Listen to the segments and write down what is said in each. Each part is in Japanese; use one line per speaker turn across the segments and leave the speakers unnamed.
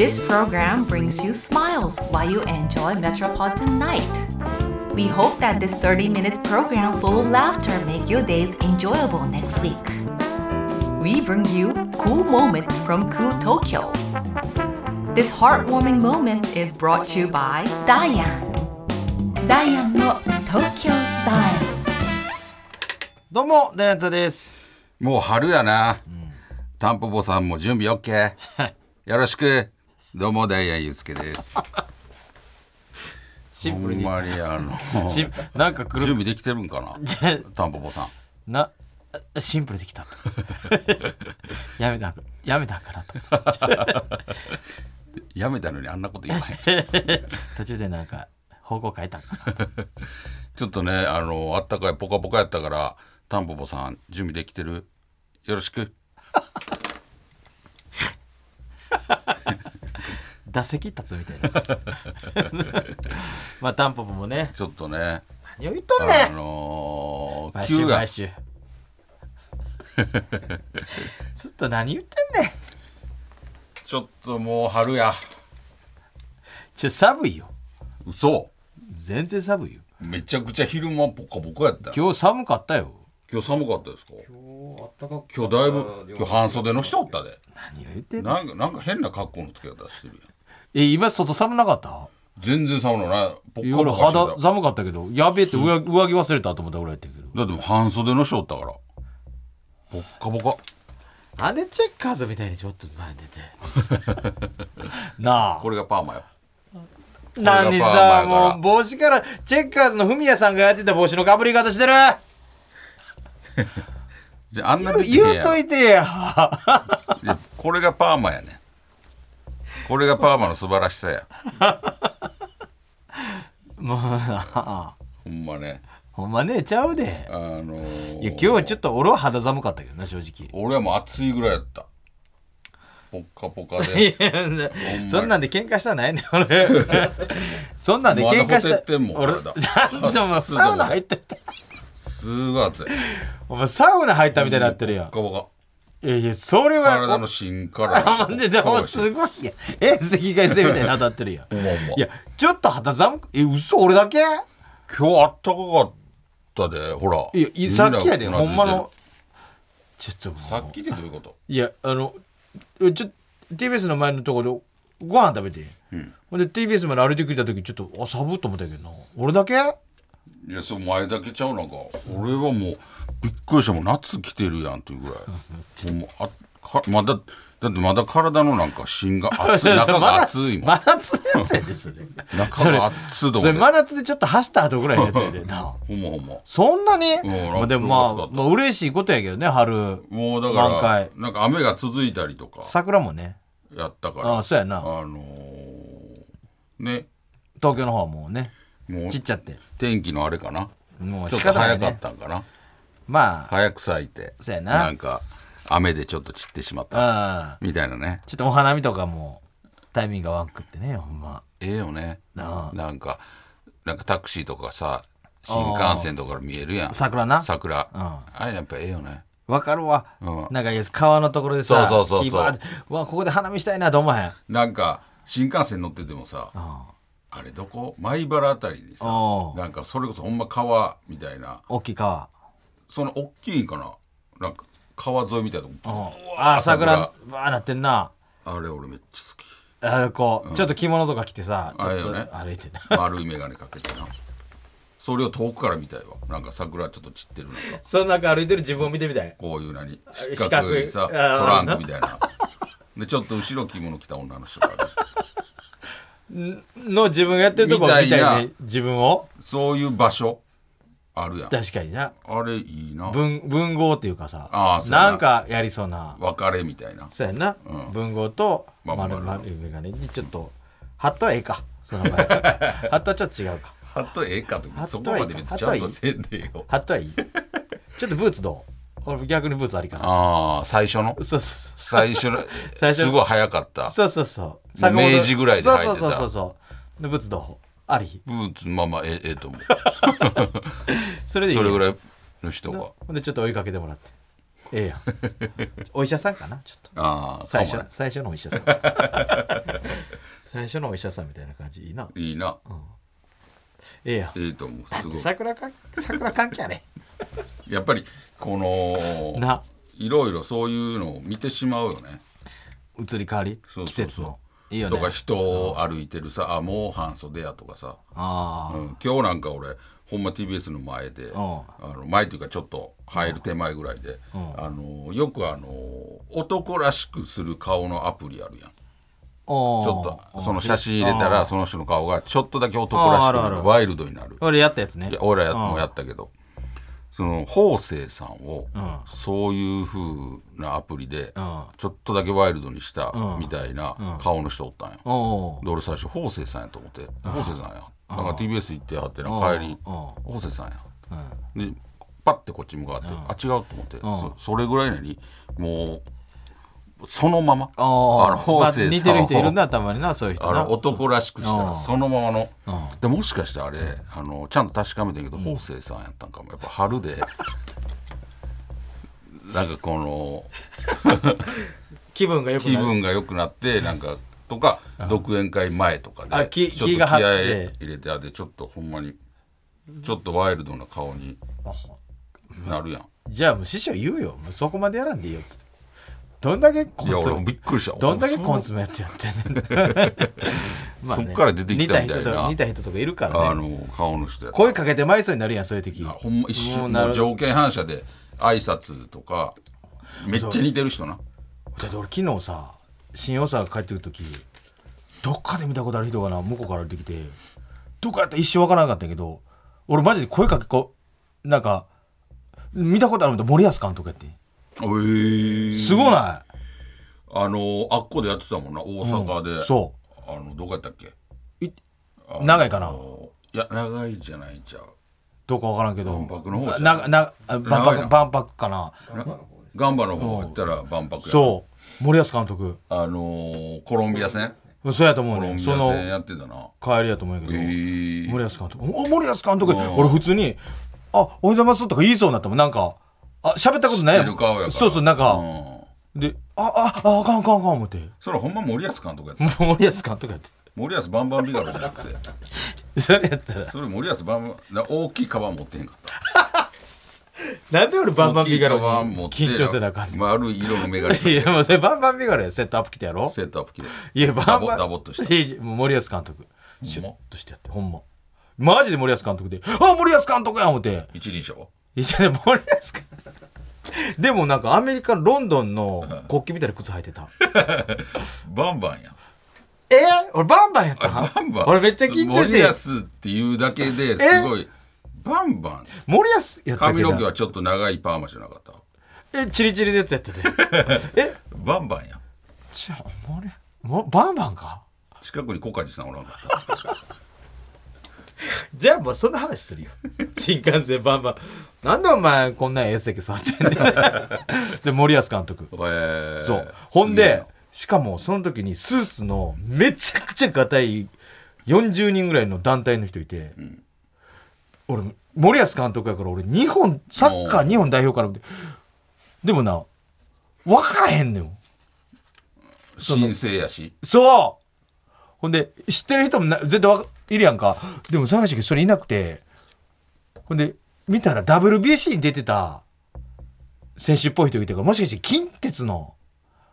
This program brings you smiles while you enjoy Metropolitan Night. We hope that this 30-minute program full of laughter make your days enjoyable next week. We bring you cool moments from cool Tokyo. This heartwarming moment is brought to you by Diane. Diane の Tokyo Style.
どうも、ダイアンツァです。
もう春やな。タンポポさんも準備 OK。よろしく。どうも、ダイアンユウスケです。
シ
ほ
ンプル
ん
に。
まにあの、
し
準
なんかくる
備できてるんかなタンポポさん。
なシンプルできた。 やめたやめたからと
やめたのにあんなこと言わ へん。
途中でなんか方向変えたんかな。
ちょっとね、あの、あったかいポカポカやったから、タンポポさん、準備できてるよろしく。
打席立つみたい な。まあタンポポもね。
ちょっとね、
何を言っとんね
あ
ん。
のー、
毎
急
週
や
毎。週。ずっと何言ってんねん。
ちょっともう春や。
ちょ寒いよ。
嘘
全然寒いよ。
めちゃくちゃ昼間ポカポカやったよ。
今日寒かったよ。
今日寒かったですか今日だいぶ今日半袖の人おったで
何を言ってんの。
なんかなんか変な格好の付け方してるやん
え今外寒なかった。
全然寒いのないポ
俺
ッカポカして
肌
た
寒かったけど、やべえって上上着忘れたと思ったぐらいやったけど。
だってもう半袖の人おったからポッカポカ
あれチェッカーズみたいにちょっと前に出て なあ
これがパーマよが
何
パ
さ
ーマやから
もう帽子からチェッカーズのフミヤさんがやってた帽子のかぶり方してる
じゃああんなできへん
言う
や
と
ん
いてや
いやこれがパーマやねんこれがパーマの素晴らしさや
もうなあ
ほんまね
ほんまねちゃうで
あのー、
いや今日はちょっと俺は肌寒かったけどな正直
俺はもう暑いぐらいやったポッカポカ
い
で
や
に
そんなんで喧嘩したらないねん俺 そんなんで喧嘩し
まだほてって
た
んもん
俺
体
なんでお前サウナ入ってた
すごい暑い
お前サウナ入ったみたいになってるやん
ポッカポカ
いやいやそれは
体の芯か
あ
ら
もうねでもすごいやん遠赤外線みたいに当たってるやん
んま
いやちょっと肌寒くえ嘘俺だけいや
今日あったかかったでほら
いさっきやで
み
ほ
なんうな
ま
ずいてる
のちょっともう
さっきでどういうこと
いやあのちょ TBS の前のところでご飯食べてほんで TBS まで歩いてきた時ちょっとあ寒っと思ったけどな俺だけ
いやそう前だけちゃうなんか俺はもうびっくりしたもう夏来てるやんというぐらいもうあかまだだってまだ体のなんか芯が熱 い中が熱いもん
真夏のやつやです ね
中が熱い
そ
と思
れ
うで
真夏でちょっと走った後ぐらいのやつやでな
ほんまほんま
そんなに、
ん
まあ、でもま
ラップが暑か
あ、
った
まあ、嬉しいことやけどね春
もうだ
満
か
開
らなんか雨が続いたりとか
桜もね
やったから
ああそうやな
あのーね
東京の方はもうね
もう
ちっちゃって
天気のあれかな
もう
ちょっ
仕
と
方な
早
い、
か
ね
っ、たんかな
まあ
早く咲いて
そうやな
なんか雨でちょっと散ってしまった
あ
みたいなね
ちょっとお花見とかもタイミングがワンくってねほんま
ええよね
な
なんかなんかタクシーとかさ新幹線とかから見えるやん
桜な
桜、
うん
ああいうのやっぱええよね
わかるわ、
うん
なんかいや川のところでさ
そうそうそうそう
木バーってうわここで花見したいなと思わへん
なんか新幹線乗っててもさ、あれどこ米原あたりにさ
おう
なんかそれこそほんま川みたいな
大きい川
その大きいんかななんか川沿いみたいなとこ
ああ桜バーなってんな
あれ俺めっちゃ好き
あこう、ちょっと着物とか着てさち
あ
ょ
れ
っ
よ
と
ね
歩いてな、
丸い眼鏡かけてなそれを遠くから見たいわなんか桜ちょっと散ってるなんか
その中歩いてる自分を見てみたい
こういうなに
四角い
四角いさ
あ
ト
ー
ランクみたいなでちょっと後ろ着物着た女の人がね
の自分がやってるとこを見たい
みたい
ね
な
自分を
そういう場所あるやん
確かにな
あれいいな
文文豪っていうかさ
ああそうやな
なんかやりそうな
別れみたいな
そうやな、文豪と
まあ
丸
まあ
丸いメガネにちょっとハットはええかその場合 ハットはちょっと違うか
ハットええかと
ハット
そこまで別にちゃんとせんでよ
ハットはいいちょっとブーツどう俺逆にブーツありかな
ああ最初 の
そうそう
最初の
最初
すごい早かった
そうそうそう
もう明治ぐらいで履いて
そ
た
うそうそうそうでブーツどうあり
ブーツまあまあええええ と思う
それでいい
それぐ
い
らいの人が
でちょっと追いかけてもらってええ やんお医者さんかなちょっと
ああ
最初
かもね
最初のお医者さ ん最初のお医者さんみたいな感じいいない
いな
ええやん
いいと思うすごい
桜か桜関係やね
やっぱりこ の
ない
ろいろそういうのを見てしまうよね
移り変わり
そうそうそう
季節のいいよ
と
ね
か人を歩いてるさあもう半袖やとかさ、
ああ
うん、今日なんか俺ほんま TBS の前であの前っていうかちょっと入る手前ぐらいであのよくあの男らしくする顔のアプリあるや
ち
ん
ょ
ちょっとその写真入れたらその人の顔がちょっとだけ男らしく
ああ
な
るあ
る
る
ワイルドになる
俺やったやつね
いや俺らやもうやったけどその方正さんをそういう風なアプリで
ん
ちょっとだけワイルドにしたみたいな顔の人おったんよ
おお
で俺最初方正さんやと思って「方正さんや」なんか TBS 行ってはってな帰り「
うん
方正さんや」でパッてこっち向かって「あ違う」と思ってそそれぐらいなにもうそのままあ
あ
の方
まあ
正
似
さ
て
ん
る人いる
を
なたまになそういう人
あ
な
の男らしくした
うん
らそのままの、でもしかしてあれあのちゃんと確かめてんけど、方正さんやったんかもやっぱ春で なんかこの
気分がよく
気
なる
分が良くなってなんかとか独演会前とか
あ
で
気
ちょっと
気
気
が張
合
って
入れてあでちょっとほんまにちょっとワイルドな顔になるやん。
じゃあもう師匠言うよもうそこまでやらんでいいよっつってどんだけコン
いや
ツ
俺も
メ
びっくりした
どんだけ
そ
コンツメやってやってんねんまあね
そっから出てきたみたいな
似人と似た人とかいるか
あ
らね
の顔の人やった
声かけてまいそうになるやんそういう時
あほんま一
もう
瞬
なる
もう条件反射で挨拶とかめっちゃ似てる人な。
だって俺昨日さ新大阪帰ってくる時どっかで見たことある人がな向こうから出てきてどっかやったら一瞬わからなかったけど俺マジで声かけこうなんか見たことあるみたい森保監督やって
えー
すごない、
あのあっこでやってたもんな大阪で、
そ
あのどこやったっけあ
う長いかな
のいや長いじゃないじゃう
どうかわからんけど
万博の方じゃん
ななあ万
長いな
博万博かな
ガンバの方行ったら万博や
そう森保監督
あのコロンビア戦
そうやと思
コ
う
ロ
ね
ンビア
その
戦やってたな
帰りやと思うんやけ
え
ど、
ー
森保監督お森保監督
うん
俺普通に「あおはようございます」とか言いそうになったもんなんかあ喋ったことないや
知ってる顔やから
そうそうなんか、
うん
で「ああああかんあかんあかん」思っても
それほんま森保監督やっ
う
た
森保監督やって
森保バンバンビガロじゃなくて
それやったら
それ森保バンバンな大きいカバン持ってへんかった
なんで俺バンバンビガロに
大きいカバン持って
緊張せなあかんねん
丸い色の眼鏡
いやもうそれバンバンビガロやセットアップ来てやろ
セットアップ着て
いやバンバン
ダボダボっとした
いやもう森保監督シュッ
ま
としてやってほんまマジで森保監督で「あ森保監督や!」思って
一輪車はい
や、でも俺ですか。でもなんかアメリカ、ロンドンの国旗みたいな靴履いてた。
バンバンや
え俺バンバンやった
バンバン
俺めっちゃ緊張して。森保
森保っていうだけですごいバンバン
やったっ
髪
け
の毛
ど。
はちょっと長いパーマじゃなかった
え、チリチリのやつやって て。え、
バンバンや
ちょ、森もバンバンか
近くに小梶さんおらんかった
じゃあもうそんな話するよ。新幹線バンバン。なんでお前こんなええ席座ってん ねん。で、森保監督。
えー
そう。ほんで、しかもその時にスーツのめちゃくちゃ硬い40人ぐらいの団体の人いて、俺、森保監督やから俺、日本、サッカ
お
ー日本代表から見て、でもな、わからへんのよ。
すげえな神聖やし
そうほんで、知ってる人もな絶対わかいるやんか。でも探してそれいなくて、ほんで、見たら WBC に出てた選手っぽい人がいてから、もしかして近鉄の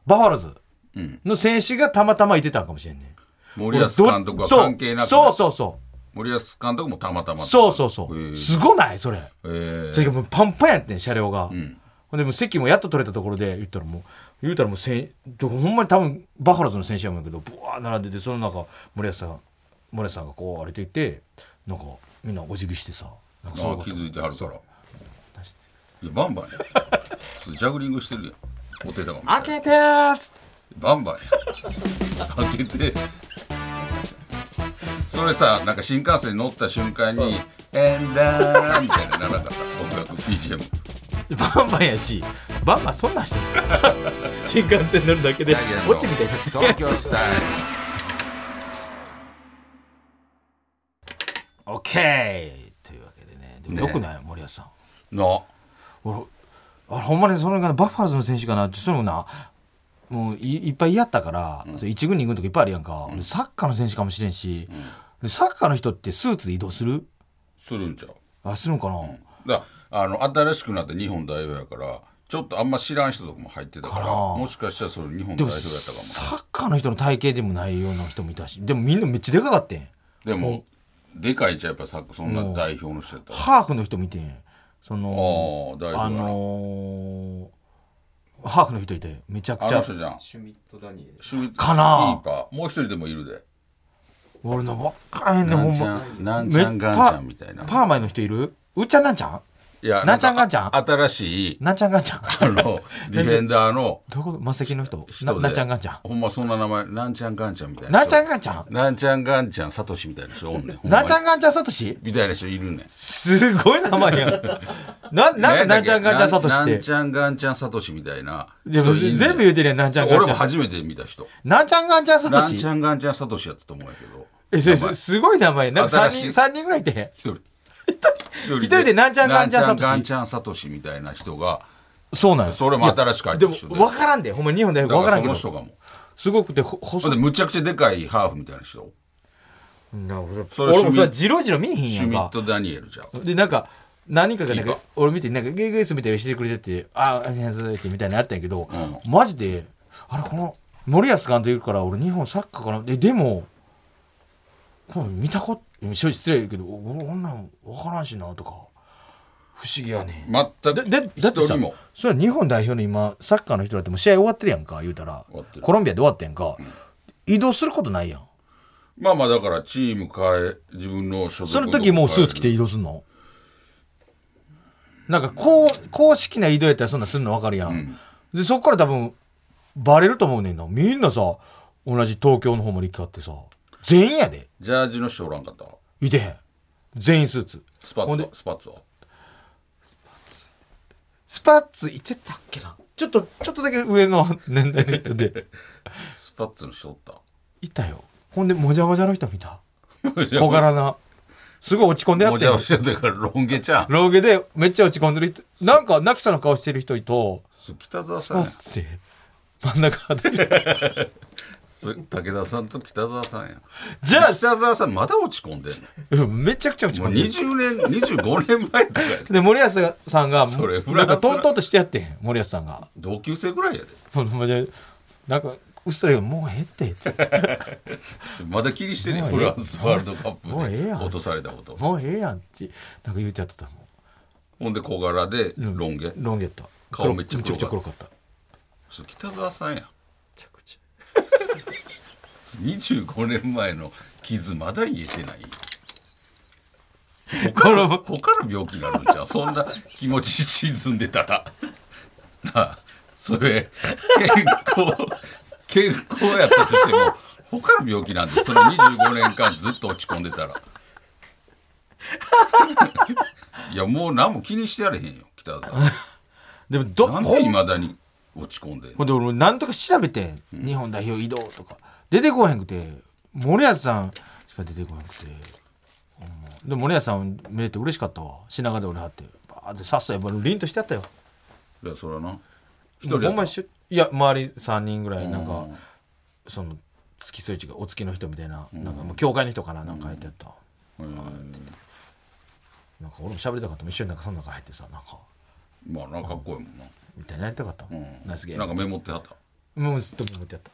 バファローズ
うん
の選手がたまたまいてたんかもしれんね。
森保監督は
そう
関係なく
そうそうそ
森保監督もたまたま
う。そうそうそ
へ
う。
ー
すごないそれ。
えー
それがもうパンパンやってん、車両が。
ん
ほんでもう席もやっと取れたところで言ったらもう言うたらもうせんどほんまに多分バファローズの選手やもんやけどブワー並んでてその中森保さん森保さんがこう歩いていってなんかみんなお辞儀してさなんか
まあ
こ
気
と
づいてはるからいやバンバンやそれジャグリングしてるやんお手玉みたい
開けてーっつって
バンバンや開けてそれさなんか新幹線に乗った瞬間に「エンダー」みたいなのならなかった音楽 BGM
バンバンやしバンバンそんなんして んの新幹線乗るだけでオチみたいになって
東京スタイル
オッケーというわけでねでもよくない森保さん
の
俺あれほんまにそのバッファローズの選手かなってそれもなもういいっぱいやったから、それ一軍二軍とかいっぱいあるやんか、俺サッカーの選手かもしれんし、でサッカーの人ってスーツで移動する
するんちゃう
あするんかな、
だからあの新しくなって日本代表やからちょっとあんま知らん人とかも入ってたから
かな
もしかしたらそれ
で
日本代
も
表やったかも
サッカーの人の体型でもないような人もいたしでもみんなめっちゃでかかってん
でも、でかいじゃんやっぱさそんな代表の人やったら。あ
ハーフの人見てんそ
あ
の
ー、代表やな
あのーハーフの人いてめちゃく
あ
ち
の
ゃ
人じゃん。
シュミット・ダニエル
シュミット
かな
キーパーもう一人でもいるで。
俺の分からへんねん
な
ほ
ん
ん
ち
ま
ゃん、なんち
め
ゃん、ガンちゃんみたいな。
パーマイの人いるうっちゃんなんちゃん
いや
なんちゃんガンちゃん
か新しい、
なんちゃんがんちゃん
あの、ディフェンダーの
どこ魔石の人
人
な
で。
なんちゃんがんちゃ
ほんまそんな名前、なんちゃん、ガンちゃんみたい
ん
な
な
人。
んちゃんがんちゃん
なんちゃん、ガンちゃん、サトシみたいな人おんねん。ほんま
なん
に
ちゃんがんちゃんさとし
みたいな人いるねん。
すごい名前 やんななんでなんちゃんがんちゃんさとし
な
っ
なん
て
ちゃんガンちゃんサトシみたいな。
いや全部言うてるやんなんちゃんがんちゃん
俺も初めて見た人。
なんちゃんがんちゃんさと
なん
し
ちゃんガンちゃんサトシやったと思うんやけど。
えそれ
名前
すすごい名前なんか3
新し
人
い
三人ぐらいいて
一人。
一人でなんちゃんガンちゃんサトシ
なんちガンちゃんサトシみたいな人が、
そうなんや
それも新しく入って
で
る
も
人
分からんでほんま日本で
だ
分
か
かららんけ
そ
ど
の人かも。
すごくてほ
ほん
細
で、むちゃくちゃでかいハーフみたいな人。
な俺
それシュミ
もさジロジロ見えへん
シ
や
ュ
ん
ミッ
か
ト・ダニエルじゃん。
でなんか何人かがなん
いい
か
か
俺見てなんかゲーゲースみたいにしてくれててああやつみたいなのあったんやけど、
う
マジであれこの森保監督いるから俺日本サッカーかなででもこの見たこと正直失礼やけどこんなん分からんしなとか不思議やねん
全
でで
く
だって
一
さ
人も。
それは日本代表の今サッカーの人だってもう試合終わってるやんか言うたら
終わってる
コロンビアで終わってんか、移動することないやん
まあまあ、だからチーム変え、自分の所属
その時もうスーツ着て移動すんのなんかこう公式な移動やったらそんなんすんの分かるやん、でそっから多分バレると思うねんなみんなさ同じ東京の方も立ってさ全員やで
ジャージの人おらんかった。
いてへん全員スーツ
スパ
ほ
ッ
ん
ツは
で
スパッツは
スパッツいてたっけなちょっとちょっとだけ上の 年代の人で
スパッツの人おった。
いたよほんでもじゃもじゃの人見た小柄なすごい落ち込んでや
も
っ
う
て
じ
ん
ゃあ、だからロン毛ちゃん。
ロゲでめっちゃ落ち込んでる人なんか泣きそうな顔してる人と
そう北澤さん
パ
や。
スって真ん中 で
それ武田さんと北澤さんや。
じゃあ
北澤さんまだ落ち込んでんの
うんめちゃくちゃ落ち込
もうん
でる
20年25年前とかやで
で森保さんが
それフ
なん
ランス
かトントンとしてやってん森保さんが
同級生ぐらいやで
ほんまになんかうっすら言うもうええって つって
まだ気にしてね
もうええ
フランスワールドカップ
もうええ
で
やん
落とされたこと
もうええやんってなんか言うてやってたもん
ほんで小柄で
うん
ロン毛
ロンゲット
顔めっちゃ
めちゃ
黒か
くちゃ黒かっ
った
た
そう北澤さんや
めちゃくちゃ
25年前の傷まだ癒えてない
こ
他
れ
の
も
他の病気になるんじゃんそんな気持ち沈んでたら なあそれ健康健康やったとしても他の病気なんでその25年間ずっと落ち込んでたら いやもう何も気にしてやれへんよ北澤さ
でもど
んなん
ほ
で
ん
いまだに落ち込んでんの
ほんで俺なんとか調べてん、日本代表移動とか出てこへんくて森保さんしか出てこへんくてほんまで森保さん見れて嬉しかったわ品川で俺はってバーってさっさやっぱ凛としてやったよ
いやそれはな一
も
人
うほん
やった
まにしゅいや周り3人ぐらいなんか、
うん
その月数値がお月の人みたいな,、なんかもう教会の人からなんか入ってやった、
うん
なんか俺も喋りたかったもん一緒になんかその中入ってさなんか
まあなんかかっこいいもんな
みたいなやりたかったもん、ナイスゲー
な
ム
んかメモってはった
もうずっとメモってやった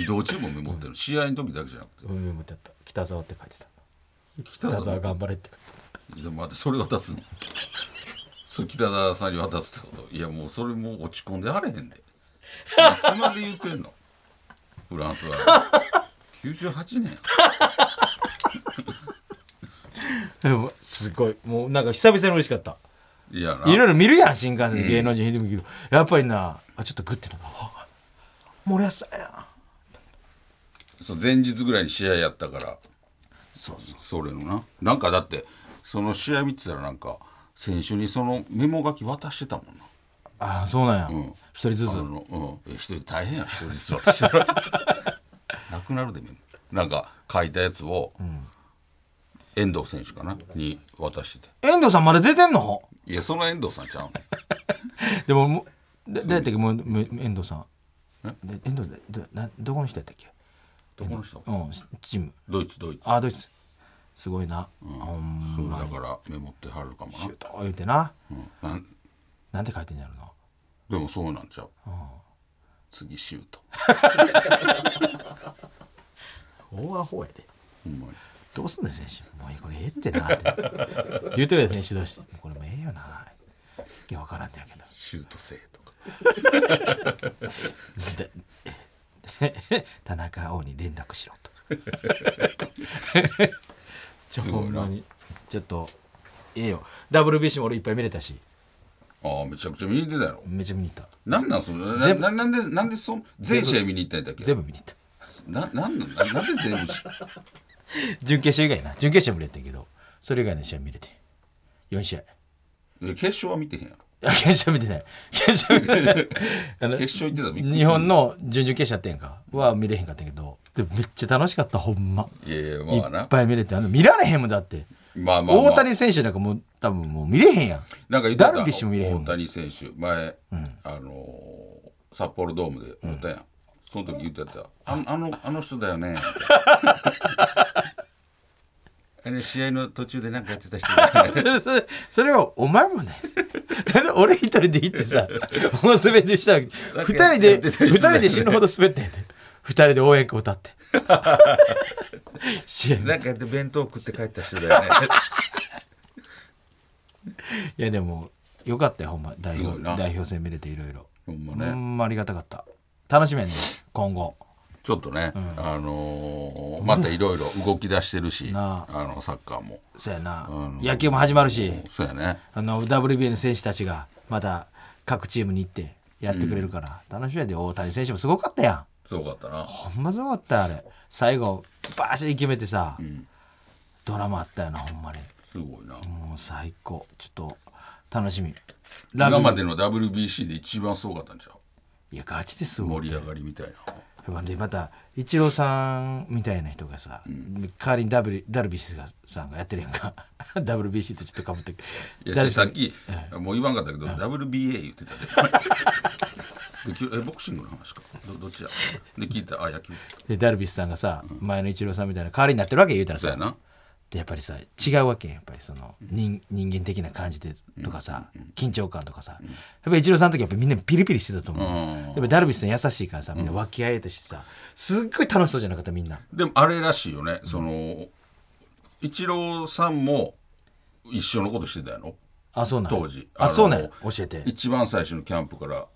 移動中もメモってる、試合の時だけじゃなくて
メモってやった北沢って書いてた
北
北沢
沢
頑張れって
いや待ってそれ渡すのそう北沢さんに渡すってこといやもうそれもう落ち込んではれへんでいつまで言ってんのフランスは98年
でもすごいもうなんか久々に嬉しかった
いやない
ろいろ見るやん新幹線芸能人見てもいいけど、やっぱりなあちょっとグッてなあ森保さんや
そう前日ぐらいに試合やったから
そうそ
それのななんかだってその試合見てたらなんか選手にそのメモ書き渡してたもんな
ああそうなんや一、人
ん
ずつ
あの、うん、え一人大変や一人ずつ私なく なるでもなんか書いたやつを、遠藤選手かなに渡してて
遠藤さんまだ出てんの
いやその遠藤さんちゃうね
でももうだ誰やったっけもうもう遠藤さんで遠藤だだなどこの人やったっけ
どこの人
うんチーム
ドイツドイツ
あドイツすごいな、ほん
そう
ま
だ
に
からメモってはるかも
シュート言うてな
ななん
なんて書いてんやろな
でもそうなんちゃう次シュート
大アホやで
ほんまに
どうすんねん選手もういいこれええってなって 言うてるやつに指導してもうこれもええよないや分からんねやけど
シュートせえとか
で 田中王に連絡しろとちょ
すごい
ほ
なん
まにちょっとええよ WBC も俺いっぱい見れたし
ああめちゃくちゃ見に行ってたやろ
めっちゃ見に行った
なんなんそのな
全部
ななんでなんでそん全試合見に行ったんだっけ
全部見に行った
ななんなんななんで全部し
準決勝以外な準決勝も見れてんけどそれ以外の試合見れて4試合い
え決勝は見てへんやろ
や決勝見てない決勝見てない あの
決勝行ってたらびっくりする
日本の準々決勝やってんかは見れへんかったんやけどでもめっちゃ楽しかったほんま
いやいや
い
まあ
っ
な
ぱい見れてあの見られへんもんだって
まあまあ、まあ、
大谷選手なんかもう多分もう見れへんや ん
なんか言って
ダ
た
ルビッシュも見れへんも
大
ん
谷選手前、あのー札幌ドームでおったやん、その時言ってた「あのあのあの人 だよね」あの試合の途中でなんかやってた人だよね
それそれそれはお前もねなんで俺一人で行って さもう滑りしたわけ二人
や
で
ってた
二
りする
人で死ぬほど滑ってんねん二人で応援歌歌 って試合 い
なんかやって弁当食って帰った人 だよね
やでもよかったよほんま代
すご
表
いな
代表戦見れていろいろ
ほんま
ほ
ね
んまありがたかった楽しみやね今後
ちょっとね、あのーまたいろいろ動き出してるし
な
あのサッカーも
そうやな
うん
野球も始まるし
そうやね
あの WBA の選手たちがまた各チームに行ってやってくれるから、楽しみやで大谷選手もすごかったやん
すごかったな
ほんますごかったよあれ最後バシッ決めてさ、ドラマあったよなほんまに
すごいな
もう最高ちょっと楽しみラグ
今
ビ
ま
ー
での WBC で一番すごかったんちゃう
いやガチですごい
盛り上がりみたいな
でまたイチローさんみたいな人がさ、代わりにダブリダルビッシュがさんがやってるやんか WBC とちょっとかぶってダ
い
ル
や
ビッシュ
さっきもう言わんかったけど WBA 言ってたで できえボクシングの話かどどっちやで聞いたあ野球
でダルビッシュさんがさ、前のイチローさんみたいな代わりになってるわけ言うたら
そう
さ
やな
でやっぱりさ違うわけやっぱりその人人間的な感じでとかさ、緊張感とかさ、やっぱイチローさんの時やっぱみんなピリピリしてたと思う、
うん
やっぱダルビッシュさん優しいからさみんな和気あいあいとしてさすっごい楽しそうじゃなかったみんな
でもあれらしいよねそのイチローさんも一緒のことしてたやろ
あそうなんや
当時
あ
の
そうなんや教えて
一番最初のキャンプから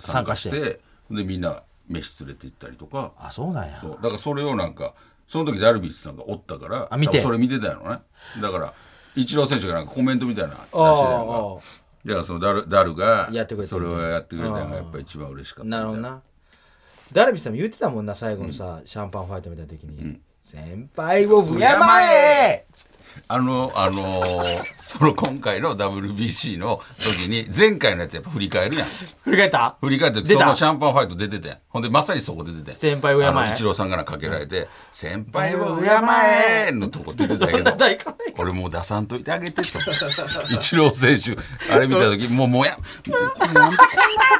参加して,、
参加
でみんな飯連れて行ったりとか
あそうなんや
そうだからそれをなんかその時ダルビッシュさんがおったから
あ見て
多分それ見てたやろねだからイチロー選手がなんかコメントみたいな出してた
あ
や
あ
んかだからそのダルダルが
やってくれた
それをやってくれたのがやっぱ一番嬉しかった
なるほどなダルビッシュさんも言ってたもんな最後のさ、シャンパンファイトみたいな時に「先輩を敬え!」
あのあのー その今回の WBC の時に前回のやつやっぱ振り返るやん
振り返った
振り返って
出
そ
た
のシャンパンファイト出ててんほんでまさにそこで出てん
先輩を敬え
あのイチローさんからかけられて「先輩を敬え!」のとこ出て たけど
大可愛い
俺もう出さんといてあげてと イチロー選手あれ見 た時もうもやもうこれなんでこんなこ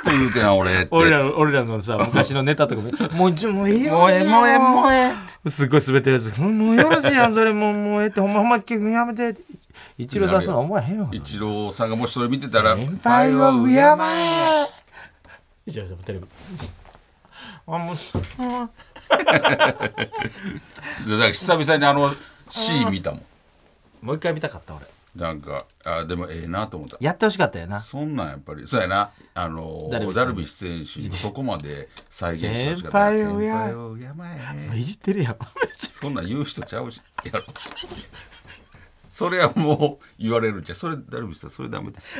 と言うてん俺って
俺らの俺らのさ昔のネタとか ももうちょもういいよ
もえもえもえ
すっごい滑ってるやつもうもうよろしいやんそれもうもうええってほんまほんま結局やめて一郎さんそんな思わへんよ
イチローさんがもしそれ見てたら
先輩を敬え一郎さんもテレビあもう
だから久々にあのシーン見たもん
もう一回見たかった俺
なんかあでもええなと思った
やってほしかったよな
そんなんやっぱりそうやなあの
ダルビッシュさん
ダルビッシュ選手にそこまで再現してほしかっ
先
た
輩を敬え
を敬え
いじって るやん
そんなん言う人ちゃうしやろそれはもう言われるんちゃうそれダルビッシュさんそれダメです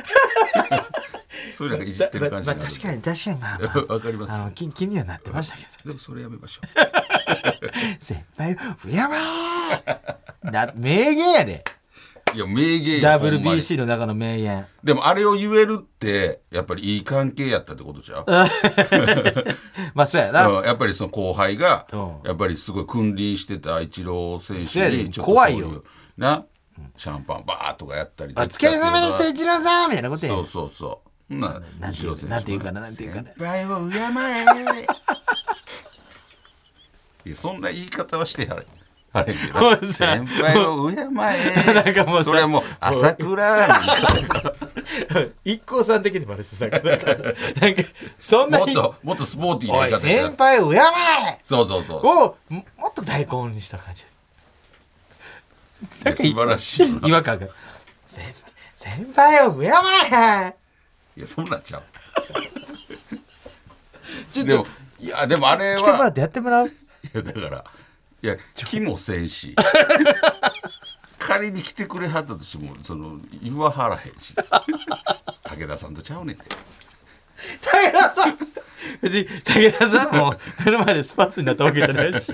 それなんかいじってる感じ
まあ
になる
確かに確かにまあ、ま
わかります
あ、あの気気にはなってま したけど
でもそれやめましょ
先輩を敬えだ名言やで
ういや名言やほんまに
WBC の中の名言
でもあれを言えるってやっぱりいい関係やったってことちゃう
まあそうやな、
うんやっぱりその後輩が
うん
やっぱりすごい君臨してたイチロー
そうや
選手
で
にちょっとそう
怖いよ
なシャンパンバーッとかやったり
お疲れ様でした、一郎さんみたいなことや
そうそうそほんなら
なんて
イチ
い
ロ
うか
ー選手
なんていうかななんていうかな
先輩を敬え。
いやそんな言い方はしてやれ。あれやけど
うさ
先輩を敬え。
なんかもうさ
それはもう朝倉なん か
一光さん的にもあるしさなんか なんかそんな
もっ
に
ともっとスポーティーな
お
言い
い
方や
先輩を敬え
そうそうそう。
をももっと大根にした 感じ
いや素晴らしいな。
違和感が先先輩を敬え
いやそんなんちゃう。
ちょっ
でも
と
いやでもあれ
来てもら
は
ってやってもらう
いやだからいや気もせ んし。仮に来てくれはったとしてもその言わはらへんし武田さんとちゃ うねんて
武田さん別に武田さんも目の前でスパッツになったわけじゃ ないし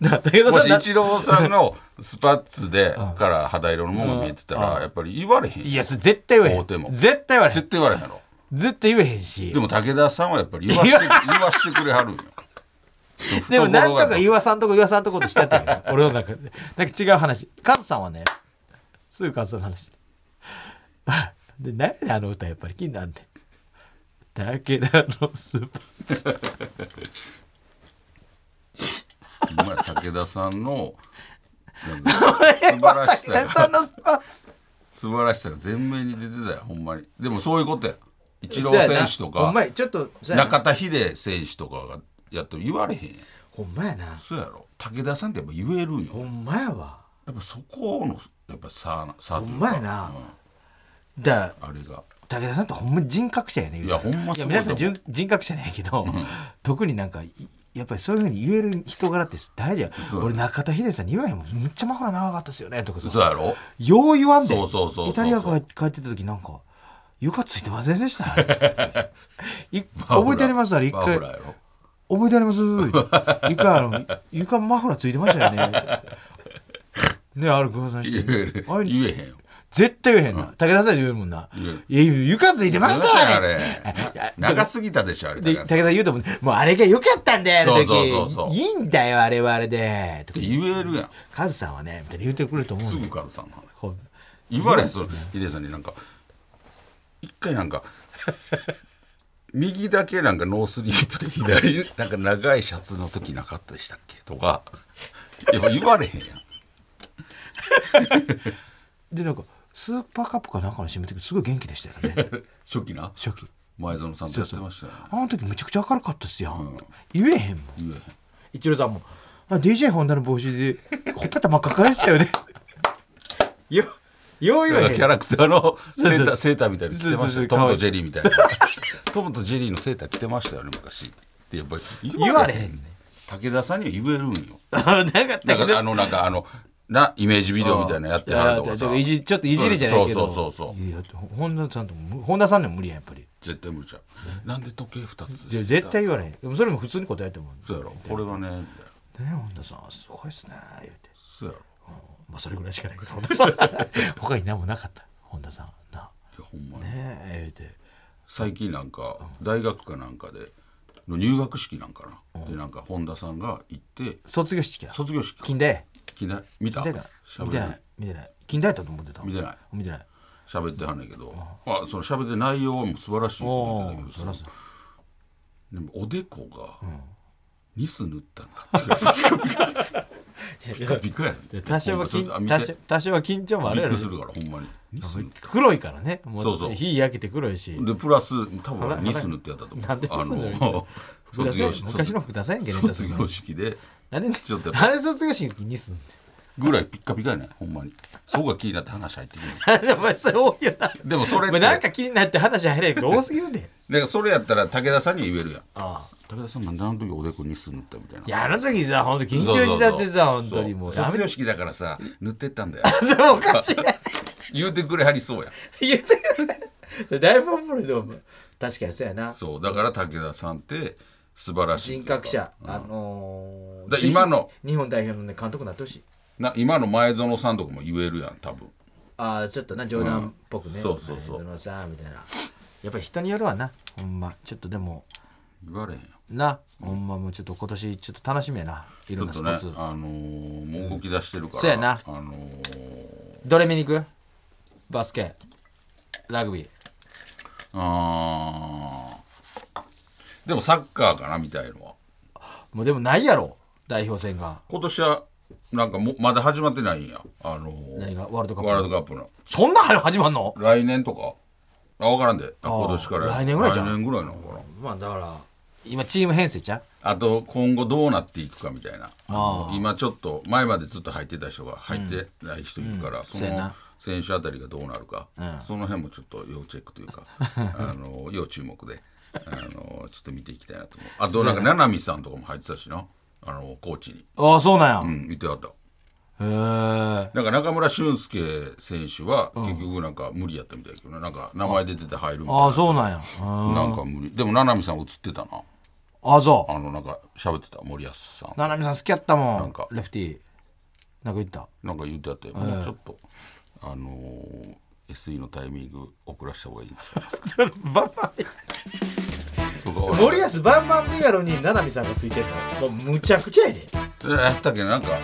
な武田
も
さん
し
な
イチローさんのスパッツでから肌色のものが見えてたらやっぱり言われへん
い
や
やそれ絶対言わへ
大手
ん
も
絶対言われへ
絶
ん
対言われへんやろ
絶対言えへんし
でも武田さんはやっぱり言わして言わしてくれはるんよ
でもなんとか
わ
岩さんとこ岩さんとことしてやったけど 俺の中でなんか違う話カズさんはねすぐカズさんの話 で何やねんあの歌やっぱり気になんねんだけどあのスーパー
武田さんのなんか素晴らし
武
さ
田さん
が
のスパッツ
素晴らしさが前面に出てたよほんまにでもそういうことやイチロ
そうや
ー
な
選手と
ほんま
か
やちょっとそうやな
中田秀選手とかがやっても言われへんやん
ほんまやな
そうやろ武田さんってやっぱ言えるんよ
ほんまやわ
やっぱそこのやっぱ差な差
ほ
というんか
まやなだから
あれが
武田さんってほんまに人格者やね
いやほんまそうだもん
皆さん人人格者なんやけど、特になんかいやっぱりそういうふうに言える人柄って大事や
そう
俺中田秀さんに言わへんもんむっちゃマフラー長かったですよねとかさ
そうやろ
よう言わんで
そうそうそうそう
イタリアから帰ってた時なんか床ついてませんで したねい 覚えてありますあれ一
マ
回
フラ
覚
ーや ろ
えてあります 一回あの床マフラーついてましたよねねあれごさんしてあれ
言えへんよ
絶対言えへんな。武田さんに言うもんな。いや、床 ついてましたわ
あ
ね。
れ長すぎたでしょあれ
で、武
高
田さ
橋さんっ
ん言うと思う。もうあれが良かったんだよ、あの時。
そうそうそうそう
いいんだよ、あれはあれで。と
て
か
言えるやん
カズさんはね、みたいな言ってくれると思う
す
の
ぐカズさんの話
ほん
言われへんそのヒデさんになんか一回なんか 右だけなんかノースリープで左 なんか長いシャツの時なかったでしたっけとかやっぱ言われへんやん
で、なんか、スーパーカップかなんかの CM の時、すごい元気でしたよ ね。
初期な
初期。
前園さんとやってましたよね
あの時めちゃくちゃ明るかったっすよ。言えへんもん。
言えへん
一郎さんも、あ DJ 本田の帽子で、ほっぺた真っ赤かでしたよね。 よ、よう言わへん
だからキャラクターのセ
うそう
ーターセーターみたいなの着てました
そ
よ
うそうそう
トム
可愛
と
い
ジェリーみたいな トムとジェリーのセーター着てましたよね昔ってやっぱり
言われへんね
武田さんには言えるんよ
あなかった
だ
け
か
ど
らあのなんかあのなイメージビデオみたいなのやってはるとか
い
さ
やいじちょっといじりじゃないけど
そうそうそうそう
いや本田さんとも本田さんでも無理ややっぱり
絶対無理じゃんなんで時計二つ
いや絶対言われへんでもそれも普通に答えてもら
そうやろこれはね
うね本田さんすごいっすね言うて
そうやろ
まあそれぐらいしかないけど本田 さん他に何もなかった本田さんない
やほんまに
ねえ言うて
最近なんか大学かなんかでの入学式なんかなでなんか本田さんが行って
卒業式や
卒業式
近代
きな見た
近代か見
喋
て
れ
ない見てない近代だと思ってた
見てない
見てない
喋ってはんねんけどあその喋って内容はもう素晴らしいことだけど
おー
さでもおでこがニス塗ったんかっていうピカピカやね
多少は緊
あ見て
多少多少は緊張もあ
び
るや
っく
ろ
りするからほんまにニス塗っ
黒いからねも
そうそう
火焼けて黒いした
でプラス多分ニス塗ってやったと思う
なんでミス塗る
あの
福田
卒
さん
業式
昔の福田さんやんけど
卒業式で
なんで
ちょっと
なんで卒業式の時にすん
ぐらいピッカピカやねんほんまにそこが気になって話入ってくる
の お前それ多いよな
でもそれっ
お
て
前なんか気になって話入れんけど多すぎるで
だからそれやったら武田さんに言えるやん
ああ
武田さんなんであの時おでこニス塗ったみたいない
やあの時さ本当緊張しちゃってさ本当にもう
そう
や
卒
め
業
て
式だからさ塗ってったんだよ
それおかしいな
言うてくれはりそうや
言ってる それだいぶおもろいでお前確かにそうやな
そうだから武田さんって素晴らしい
人格者あのー
だ
ぜひ
今の
日本代表のね監督になってほしい
な今の前園さんとかも言えるやん多分
ああちょっとな冗談っぽくね、
うんそうそうそう
のさみたいなやっぱり人によるわなほんまちょっとでも
言われへんよ
なほんまもうちょっと今年ちょっと楽しみやない
ち
ろ
ょ
んな
っ
ス
と
ポ
ね
ーツ、
あのーもう動き出してるから、
そうやな
あのー
どれ見に行くバスケラグビー
あーでもサッカーかなみたいのは
もうでもないやろ代表戦が
今年はなんかもまだ始まってないんやあのー
何がワールドカップ
ワールドカップの
そんな早く始まんの
来年とかあ分からんであ
あー
今年から
来年ぐらいじゃん
来年ぐらいなのかな
まあだから今チーム編成ちゃう
あと今後どうなっていくかみたいな
あー
今ちょっと前までずっと入ってた人が入ってない人いるから、そ
そうや
の
な
選手あたりがどうなるか、
ん
その辺もちょっと要チェックと いうかあの要注目であのちょっと見ていきたいなと思うあとなんか七海さんとかも入ってたしなあのコーチに、
ああそうなんや、
うん、見てあった
へえ
なんか中村俊輔選手は結局なんか無理やったみたいだけどななんか名前出てて入るみたいな
ああそうなんやうん
なんか無理でも七海さん映ってたな
ああそう
あのなんか喋ってた森保さん
ななみさん好きやったもん
なんか
レフティーなんか言った
なんか言ってあったよ、もうちょっと、あのー SE のタイミング遅らした方がいいんじゃない ですか
バンバン
とか
森保バンバンメガロにななみさんがついてるのもうむちゃくちゃやで
えやったっけなんか
だ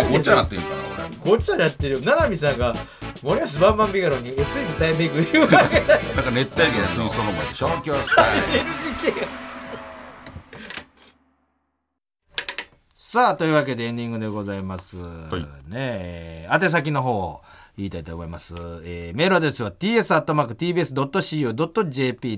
って
ごちゃな
さ
ってんかな俺
ごっちゃやってるよななみさんが森保バンバンメガロに SE のタイミングで言うわけない
なんか熱帯魚の水槽の前で東京スタイル
NGK や
さあというわけでエンディングでございます、
い
ねえ宛先の方を言いたいと思います、えーメールアドレスは ts.tbs.co.jp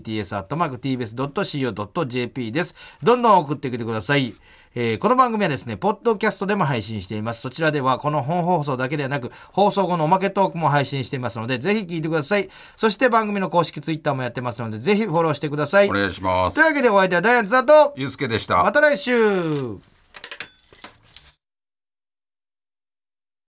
ts.tbs.co.jp ですどんどん送ってきてくださいえーこの番組はですね、ポッドキャストでも配信しています。そちらでは、この本放送だけではなく、放送後のおまけトークも配信していますので、ぜひ聞いてください。そして番組の公式ツイッターもやってますので、ぜひフォローしてください。
お
という
願いします
わけで、お相手はダイアンズだと、
ゆうすけでした
また来週